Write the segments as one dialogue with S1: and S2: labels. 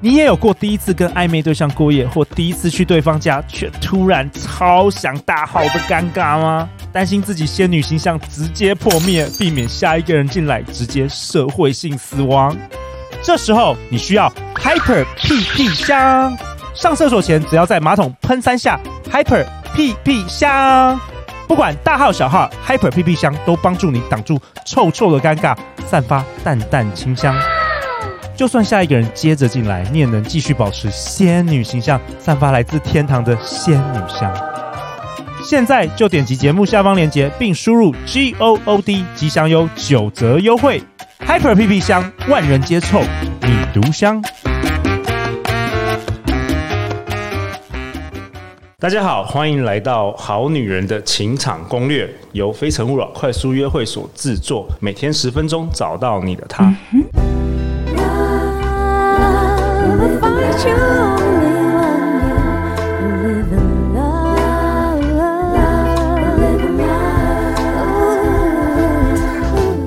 S1: 你也有过第一次跟暧昧对象过夜，或第一次去对方家却突然超想大号的尴尬吗？担心自己仙女形象直接破灭，避免下一个人进来直接社会性死亡。这时候你需要 Hyper PP 香，上厕所前只要在马桶喷三下 Hyper PP 香，不管大号小号，Hyper PP 香都帮助你挡住臭臭的尴尬，散发淡淡清香。就算下一个人接着进来，你也能继续保持仙女形象，散发来自天堂的仙女香。现在就点击节目下方链接，并输入 G O O D 即享有九折优惠。Hyper PP 香，万人皆臭，你独香。大家好，欢迎来到《好女人的情场攻略》，由非诚勿扰快速约会所制作，每天十分钟，找到你的他。
S2: Love, if I truly want you, live in love, live in love.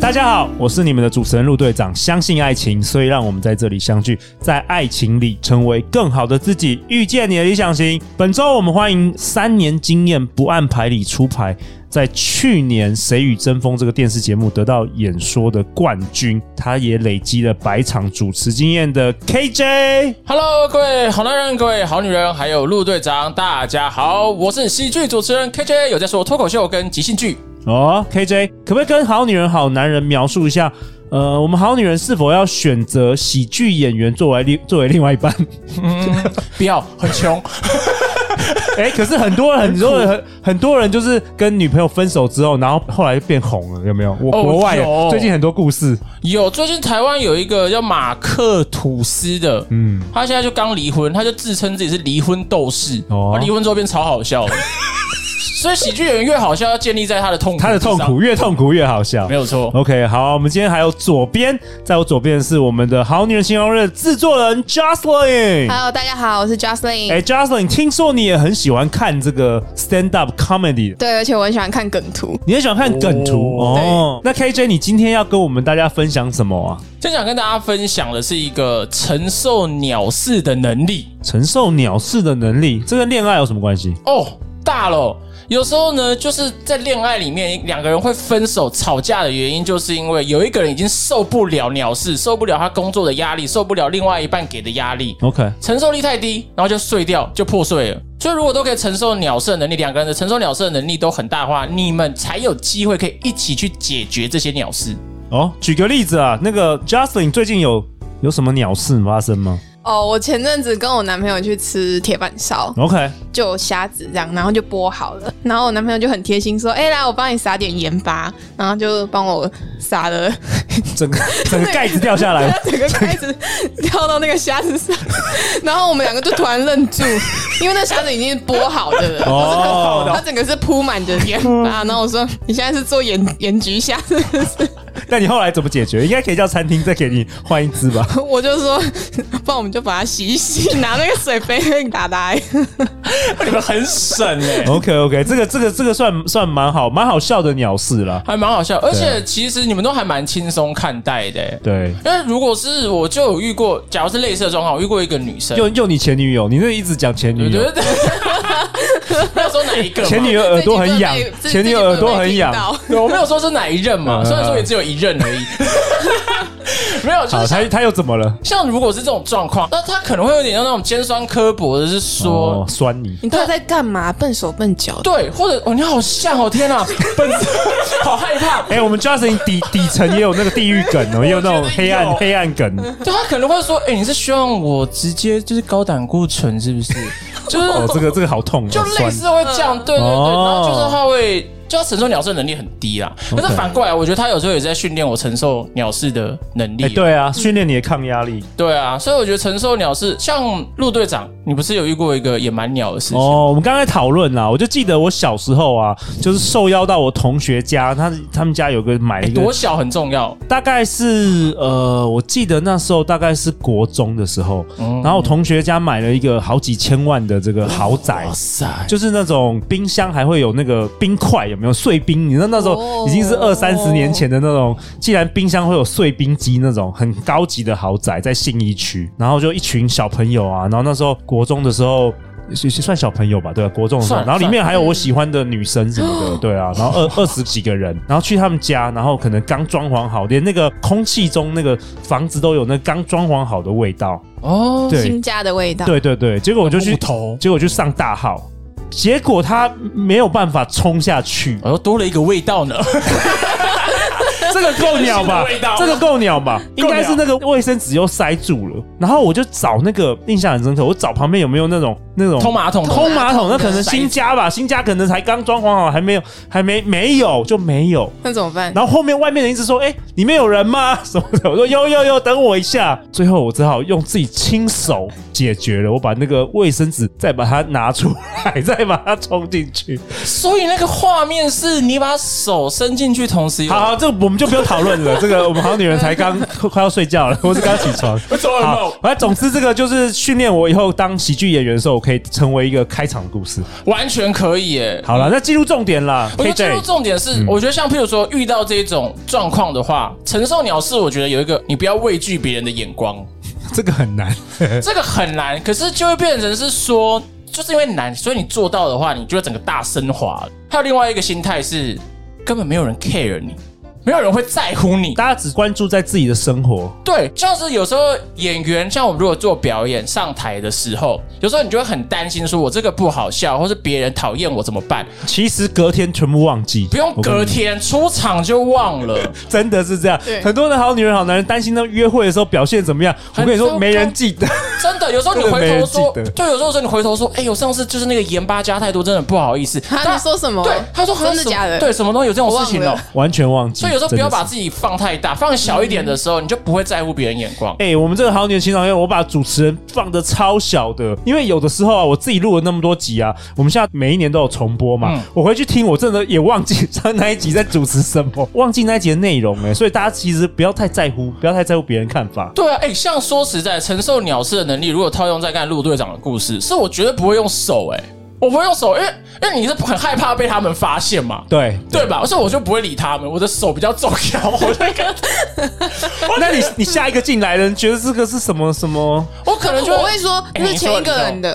S1: 大家好，我是你们的主持人陆队长。相信爱情，所以让我们在这里相聚，在爱情里成为更好的自己，遇见你的理想型。本周我们欢迎三年经验不按牌理出牌，在去年《谁与争锋》这个电视节目得到演说的冠军，他也累积了百场主持经验的 KJ。
S3: Hello，各位好男人、各位好女人，还有陆队长，大家好，我是喜剧主持人 KJ，有在说脱口秀跟即兴剧。
S1: 哦，KJ，可不可以跟好女人、好男人描述一下？呃，我们好女人是否要选择喜剧演员作为另作为另外一半？
S3: 不要，很穷，
S1: 哎、可是很多人，很多人，很很多人就是跟女朋友分手之后，然后后来就变红了，有没有？我
S3: 哦
S1: 国外的、
S3: 有
S1: 最近很多故事，
S3: 有最近台湾有一个叫马克吐斯的，
S1: 嗯，
S3: 他现在就刚离婚，他就自称自己是离婚斗士，
S1: 哦
S3: 他离婚之后变超 好笑的。所以喜剧演员越好笑，要建立在他的痛苦之
S1: 他
S3: 上，
S1: 的痛苦越哦痛苦越好笑
S3: 没。有错。
S1: OK，好，我们今天还有左边，在我左边的是我们的《好女人形容日》的制作人 Jocelyn。
S4: Hello，大家好，我是 Jocelyn。
S1: 哎、j o c e l y n 听说你也很喜欢看这个 stand up comedy，
S4: 对，而且我很喜欢看梗图。
S1: 你也喜欢看梗图哦。那 KJ，你今天要跟我们大家分享什么啊？
S3: 今天想跟大家分享的是一个承受鸟事的能力。
S1: 承受鸟事的能力，这跟恋爱有什么关系？
S3: 哦，大了。有时候呢，就是在恋爱里面，两个人会分手、吵架的原因，就是因为有一个人已经受不了鸟事，受不了他工作的压力，受不了另外一半给的压力，
S1: OK，
S3: 承受力太低，然后就碎掉，就破碎了。所以，如果都可以承受鸟事的能力，两个人的承受鸟事的能力都很大的话，你们才有机会可以一起去解决这些鸟事。
S1: 哦，举个例子啊，那个 Justin 最近有有什么鸟事发生吗
S4: 哦，我前阵子跟我男朋友去吃铁板烧，
S1: ？OK，
S4: 就有虾子这样，然后就剥好了，然后我男朋友就很贴心说：“哎、来，我帮你撒点盐巴。”然后就帮我撒了，
S1: 整 个整 个盖子掉下来了，
S4: 整个开 始掉到那个虾子上，然后我们两个就突然愣住，因为那虾子已经是剥好的了。
S1: 哦嗯
S4: 它整个是铺满着盐巴，然后我说：“你现在是做盐盐焗虾是不是？”
S1: 那你后来怎么解决？应该可以叫餐厅再给你换一只吧？
S4: 我就说，不然我们就把它洗一洗， 拿那个水杯给你打打。
S3: 你们很省哎、
S1: OK OK，这个这个这个算算蛮好蛮好笑的鸟事啦。
S3: 还蛮好笑，而
S1: 对
S3: 且其实你们都还蛮轻松看待的、欸。
S1: 对，
S3: 因为如果是我就有遇过，假如是类似的状况，我遇过一个女生，
S1: 又又你前女友，你那一直讲前
S3: 对
S1: 女
S3: 对
S1: 友，
S3: 对， 没有说哪一个嘛，
S1: 前女友 耳朵很痒
S4: 这集，不能被
S1: 前女友耳朵很痒。。
S3: 对我没有说是哪一任
S1: 嗯
S3: 嘛，虽然说也只有一任而 已，没有，就
S1: 好，
S3: 是像
S1: 他他又怎么了？
S3: 像如果是这种状况，那他可能会有点像那种尖酸刻薄的，是说
S1: 哦，酸你。
S4: 你到底在干嘛？笨手笨脚的。
S3: 对，或者哦你好像哦，天啊，本 子好害怕，
S1: 哎、我们 Justin 底底层也有那个地狱梗哦，也有那种黑暗
S3: 有
S1: 黑暗梗。
S3: 对他可能会说，哎，你是希望我直接就是高胆固醇是 不是？就是
S1: 哦，这个这个好痛、哦，
S3: 就类
S1: 酸
S3: 似会这样，对对对，
S1: 哦
S3: 然后就是他会。就他承受鸟事的能力很低啦，可
S1: OK
S3: 是反过来，我觉得他有时候也在训练我承受鸟事的能力。
S1: 啊哎哎、对啊，训练你的抗压力。
S3: 对啊，所以我觉得承受鸟事，像陆队长，你不是有遇过一个也蛮鸟的事情？
S1: 哦，我们刚才讨论啦，我就记得我小时候啊，就是受邀到我同学家，他他们家有个买了
S3: 哎
S1: 一个，
S3: 多小很重要。
S1: 大概是呃，我记得那时候大概是国中的时候，
S3: 嗯
S1: 然后我同学家买了一个好几千万的这个豪宅
S3: 哇。塞，
S1: 就是那种冰箱还会有那个冰块，有没有碎冰？你知道那时候已经是二三十年前的那种，既然冰箱会有碎冰机那种很高级的豪宅，在信义区，然后就一群小朋友啊，然后那时候国中的时候。是是算小朋友吧，对吧、国中的时候，
S3: 算
S1: 然后里面还有我喜欢的女生什么的，对啊，然后二二十几个人，然后去他们家，然后可能刚装潢好，连那个空气中那个房子都有那刚装潢好的味道，
S3: 哦，
S1: 对
S4: 新家的味道。
S1: 对对对，结果我就去
S5: 木头
S1: 结果就上大号，结果他没有办法冲下 去，
S3: 我又哎多了一个味 道呢。
S1: 这个够鸟吧
S3: 味道？
S1: 这个够鸟吧？应该是那个卫生纸又塞住了。然后我就找那个印象很深刻，我找旁边有没有那种那种
S3: 通马桶的
S1: 通马桶，那可能
S3: 塞子
S1: 新家吧，新家可能才刚装潢好，还没有还没没有就没有。
S4: 那怎么办？
S1: 然后后面外面人一直说：“哎、里面有人吗？” 什么的，我说：“有有有，等我一下。”最后我只好用自己亲手解决了，我把那个卫生纸再把它拿出来， 再把它冲进去。
S3: 所以那个画面是你把手伸进去，同时有
S1: 好好，这个我们就不用讨论 了。这个我们好女人才刚 快要睡觉了，我是刚起床。
S3: 做
S1: 好，反正总之这个就是训练我以后当喜剧演员的时候，我可以成为一个开场故事。
S3: 完全可以耶。
S1: 好了，那进入重点啦
S3: 嗯我觉得进入
S1: ，KJ。
S3: 重点
S1: 嗯
S3: 是，我觉得像譬如说遇到这种状况的话，承受鸟事，我觉得有一个你不要畏惧别人的眼光，
S1: 这个很难，
S3: 这个很难，可是就会变成是说，就是因为难，所以你做到的话，你就会整个大升华。还有另外一个心态是，根本没有人 care 你，没有人会在乎你。
S1: 大家只关注在自己的生活。
S3: 对，就是有时候演员，像我们如果做表演上台的时候，有时候你就会很担心，说我这个不好笑，或是别人讨厌我怎么办？
S1: 其实隔天全部忘记，
S3: 不用
S1: 我跟你
S3: 隔天出场就忘了，
S1: 真的是这样
S4: 对，
S1: 很多的好女人、好男人担心他们约会的时候表现怎么样。我
S3: 很
S1: 跟你
S3: 糟
S1: 说，
S3: 糕
S1: 没人记 得。
S3: 真的。有时候你
S1: 真的没
S3: 回头
S1: 人记
S3: 说
S1: 得，
S3: 对，有时候你回头说，哎、我上次就是那个盐巴加太多，真的不好意思。
S4: 他
S3: 但
S4: 啊你说什么？
S3: 对，他说好像
S4: 真的
S3: 什么
S4: 假的？
S3: 对，什么东西有这种事情哦、
S4: 我忘了
S1: 完全忘记。
S3: 所以有时候不要把
S1: 真的
S3: 自己放太大，放小一点的时候，你就不会在乎别人眼光。
S4: 嗯
S1: 是。哎、我们这个好女人情场院，我把主持人放的超小的，因为有的时候啊，我自己录了那么多集啊，我们现在每一年都有重播嘛，
S3: 嗯
S1: 我回去听，我真的也忘记上那一集在主持什 么，忘记那一集的内容哎、所以大家其实不要太在乎，不要太在乎别人看法。
S3: 对啊，哎、像说实在，承受鸟事的能力，如果套用在刚才陆队长的故事，是我绝对不会用手、哎，我不会用手，因为因为你是很害怕被他们发现嘛，
S1: 对，
S3: 对吧？所以我就不会理他们，我的手比较重要，我就 跟，
S1: 那你你下一个进来的人觉得这个是什么什么？
S3: 我可能就
S4: 我会说
S3: 哎
S4: 这是前一个人的，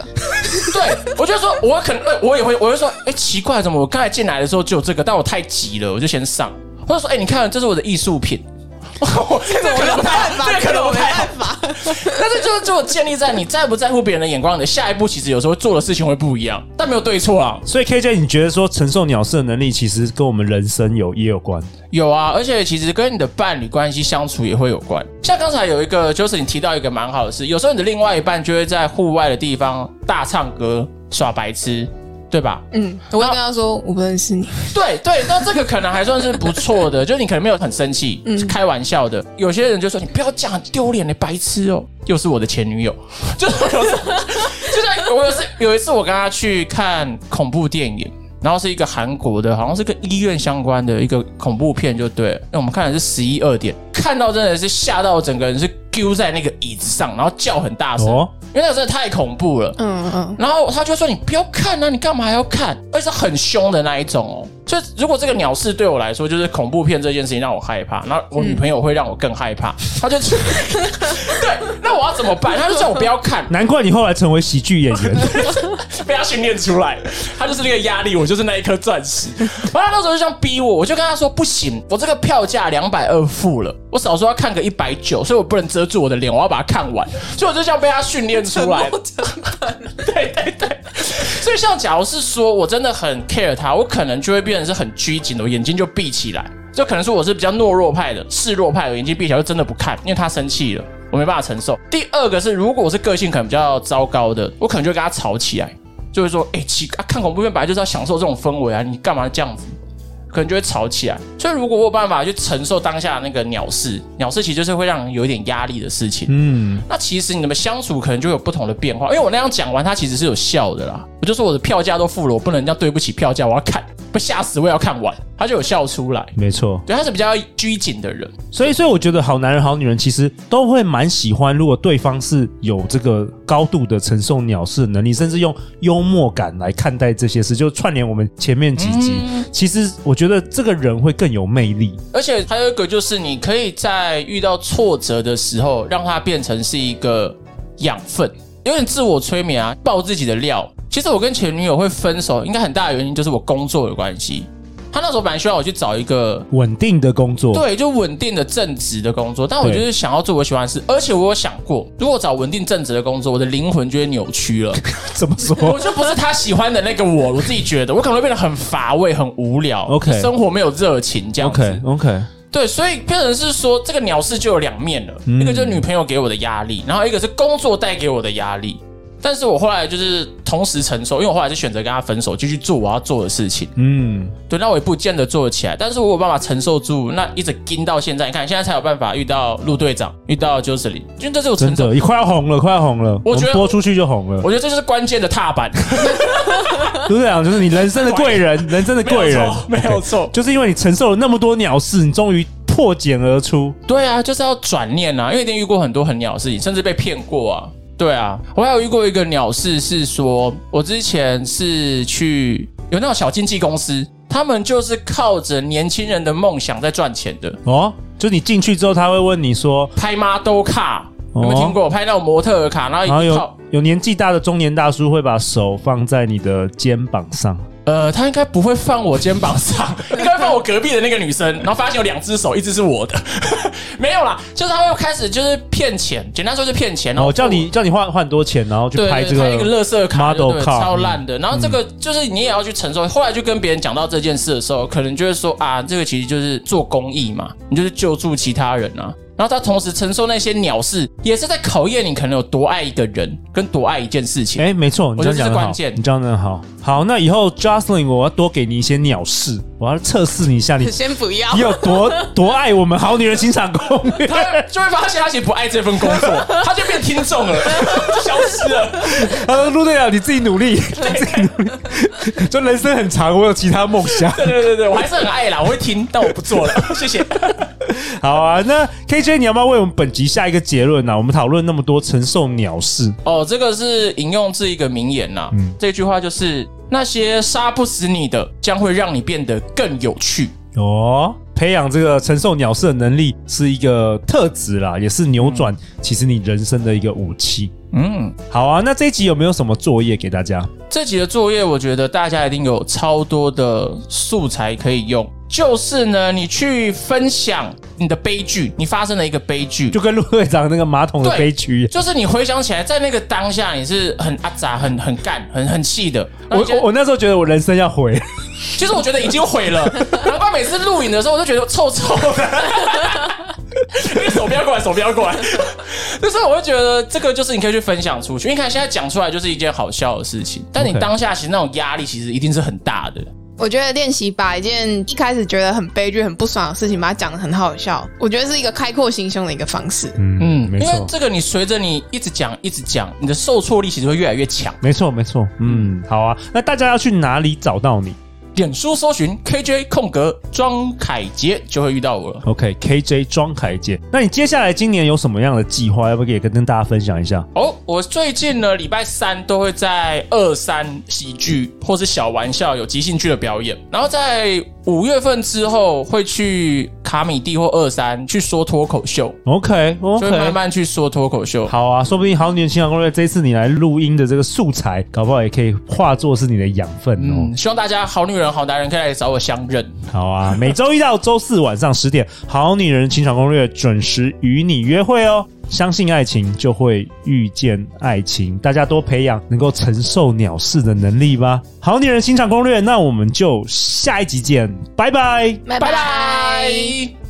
S3: 对，我就说，我可能呃我也会，我会说，哎、奇怪，怎么我刚才进来的时候就有这个，但我太急了，我就先上，或者说，哎、你看，这是我的艺术品。我这个可能不太，这个可能不太好。但是就是就建立在你在不在乎别人的眼光，你的下一步其实有时候做的事情会不一样，但没有对错啊。
S1: 所以 KJ，你觉得说承受鸟事的能力，其实跟我们人生有也有关？
S3: 有啊，而且其实跟你的伴侣关系相处也会有关。像刚才有一个，就是你提到一个蛮好的事，有时候你的另外一半就会在户外的地方大唱歌、耍白痴，对吧？
S4: 嗯，我会跟他说我不认识你，
S3: 对对，那这个可能还算是不错的，就是你可能没有很生气，是开玩笑的。有些人就说你不要这样很丢脸，你白痴哦，又是我的前女友，就是我有时候就像我有次有一次我跟他去看恐怖电影。然后是一个韩国的，好像是跟医院相关的一个恐怖片，就对了。因为我们看的是十一二点，看到真的是吓到整个人是丢在那个椅子上，然后叫很大声，
S1: 哦
S3: 因为那个真的太恐怖了。
S4: 嗯嗯，
S3: 然后他就说：“你不要看啊，你干嘛还要看？”而且是很凶的那一种哦。所以如果这个鸟事对我来说，就是恐怖片这件事情让我害怕，然后我女朋友会让我更害怕。她就 对，那我要怎么办？她就叫我不要看，
S1: 难怪你后来成为喜剧演 员。
S3: 被他训练出来，他就是那个压力，我就是那一颗钻石。然后他那时候就这样逼我，我就跟他说不行，我这个票价两百二付了，我少说要看个一百九，所以我不能遮住我的脸，我要把它看完。所以我就这样被他训练出来。对对对，所以像假如是说我真的很 care 他，我可能就会变成是很拘谨的，我眼睛就闭起来。就可能说我是比较懦弱派的、示弱派的，我眼睛闭起来就真的不看，因为他生气了，我没办法承受。第二个是，如果我是个性可能比较糟糕的，我可能就会跟他吵起来。就会说，哎、奇、啊，看恐怖片本来就是要享受这种氛围啊，你干嘛这样子？可能就会吵起来。所以如果我有办法去承受当下的那个鸟事，鸟事其实就是会让人有一点压力的事情。
S1: 嗯，
S3: 那其实你们相处可能就有不同的变化，因为我那样讲完，他其实是有笑的啦。我就说我的票价都付了，我不能这样对不起票价，我要看，不吓死我也要看完，他就有笑出来。
S1: 没错。
S3: 对，他是比较拘谨的人，
S1: 所以，所以我觉得好男人、好女人其实都会蛮喜欢，如果对方是有这个高度的承受鸟事能力，甚至用幽默感来看待这些事，就串联我们前面几集。
S3: 嗯
S1: 其实我觉得这个人会更有魅力。
S3: 而且还有一个就是，你可以在遇到挫折的时候，让它变成是一个养分，有点自我催眠啊，爆自己的料。其实我跟前女友会分手，应该很大的原因就是我工作有关系。她那时候本来需要我去找一个
S1: 稳定的工作，
S3: 对，就稳定的正职的工作。但我就是想要做我喜欢的事，而且我有想过，如果找稳定正职的工作，我的灵魂就会扭曲 了。
S1: 怎么说
S3: 我？就不是他喜欢的那个我，我自己觉得我可能会变得很乏味、很无聊
S1: OK
S3: 生活没有热情这样子。
S1: OK OK，
S3: 对，所以变成是说，这个鸟事就有两面了，
S1: 嗯
S3: 一个就是女朋友给我的压力，然后一个是工作带给我的压力。但是我后来就是同时承受，因为我后来就选择跟他分手，继续做我要做的事情。
S1: 嗯，
S3: 对，那我也不见得做得起来，但是我有办法承受住，那一直盯到现在，你看现在才有办法遇到陆队长，遇到 j o s e l y n 因为这是我
S1: 真
S3: 承受
S1: 的，，你快要红了，快要红了，
S3: 我觉得
S1: 们播出去就红了。
S3: 我觉得这就是关键的踏板，
S1: 卢队长啊就是你人生的贵 人，人生的贵人，
S3: 没有错没有错，
S1: 就是因为你承受了那么多鸟事，你终于破茧而出。
S3: 对啊，就是要转念啊，因为一定遇过很多很鸟的事情，甚至被骗过啊。对啊，我还有遇过一个鸟事，是说我之前是去有那种小经纪公司，他们就是靠着年轻人的梦想在赚钱的，
S1: 哦，就你进去之后，他会问你说，
S3: 拍 model 卡，有没有
S1: 哦
S3: 听过？拍那种模特儿卡，然后
S1: 然后
S3: 哎一套
S1: 有有年纪大的中年大叔会把手放在你的肩膀上，
S3: 呃，他应该不会放我肩膀上，应该会放我隔壁的那个女生，然后发现有两只手，一只是我的， 没有啦，就是他会开始就是骗钱，简单说就是骗钱，
S1: 然
S3: 哦然
S1: 后
S3: 后
S1: 哦叫你叫你花花很多钱，然后去
S3: 对
S1: 拍
S3: 对
S1: 这
S3: 对，他一个
S1: 个。
S3: 乐色卡对
S1: model 嗯
S3: 对
S1: card，
S3: 超烂的，然后这个就是你也要去承受。后来就跟别人讲到这件事的时候，可能就会说啊，这个其实就是做公益嘛，你就是救助其他人啊。然后他同时承受那些鸟事，也是在考验你可能有多爱一个人跟多爱一件事情。
S1: 哎，没错，你这样讲
S3: 我觉得这
S1: 得
S3: 是
S1: 好
S3: 关，键
S1: 你这样讲得好。好，那以后 Jocelyn，我要多给你一些鸟事，我要测试你一 下，你
S4: 先不要
S1: 你，有多多爱我们好女人情场攻 略。
S3: 他就会发现他其实不爱这份工作，他就变听众了， 就消失了。
S1: 他说：“陆队长，你自己努力，你自己努 力。就人生很长，我有其他梦想。
S3: 对对对对，我还是很爱啦，我会听，但我不做了，谢谢。
S1: 好啊，那 KJ，你要不要为我们本集下一个结论呢、啊我们讨论那么多承受鸟事，
S3: 哦，这个是引用自一个名言呐、
S1: 嗯
S3: 这句话就是那些杀不死你的，将会让你变得更有趣。
S1: 哦，培养这个承受鸟事的能力是一个特质啦，也是扭转、其实你人生的一个武器。
S3: 嗯，
S1: 好啊，那这一集有没有什么作业给大家？
S3: 这集的作业，我觉得大家一定有超多的素材可以用。就是呢，你去分享你的悲剧，你发生了一个悲剧，
S1: 就跟陆队长那个马桶的
S3: 对
S1: 悲剧一样。
S3: 就是你回想起来，在那个当下，你是很阿杂、很很干、很很气的。
S1: 我我我那时候觉得我人生要毁了，
S3: 其实我觉得已经毁了，难怪每次录影的时候我就觉得臭臭的。你手不要过来，手不要过来。但是我会觉得这个就是你可以去分享出去，因为你看现在讲出来就是一件好笑的事情，但你
S1: OK
S3: 当下其实那种压力其实一定是很大的。
S4: 我觉得练习把一件一开始觉得很悲剧、很不爽的事情，把它讲得很好笑，我觉得是一个开阔心胸的一个方式。
S1: 嗯，没
S3: 因为
S1: 错，
S3: 这个你随着你一直讲一直讲，你的受挫力其实会越来越强。
S1: 没错，没错，嗯，好啊，那大家要去哪里找到你？
S3: 脸书搜寻 KJ 空格庄凯杰就会遇到我了。
S1: OK，KJ 庄凯姐，那你接下来今年有什么样的计划？要不要也跟跟大家分享一下？
S3: 哦，我最近呢，礼拜三都会在二三喜剧或是小玩笑有即兴剧的表演，然后在五月份之后会去卡米蒂或二三去说脱口秀，
S1: OK
S3: 就
S1: OK，
S3: 会慢慢去说脱口秀。
S1: 好啊，说不定《好女人情感攻略》这一次你来录音的这个素材，搞不好也可以化作是你的养分哦。
S3: 嗯，希望大家好女人、好男人可以来找我相认。
S1: 好啊，每周一到周四晚上十点，《好啊女人情场攻略》准时与你约会哦。相信爱情，就会遇见爱情。大家多培养能够承受鸟事的能力吧。《好女人情场攻略》，那我们就下一集见，拜拜。
S4: 拜
S3: 拜拜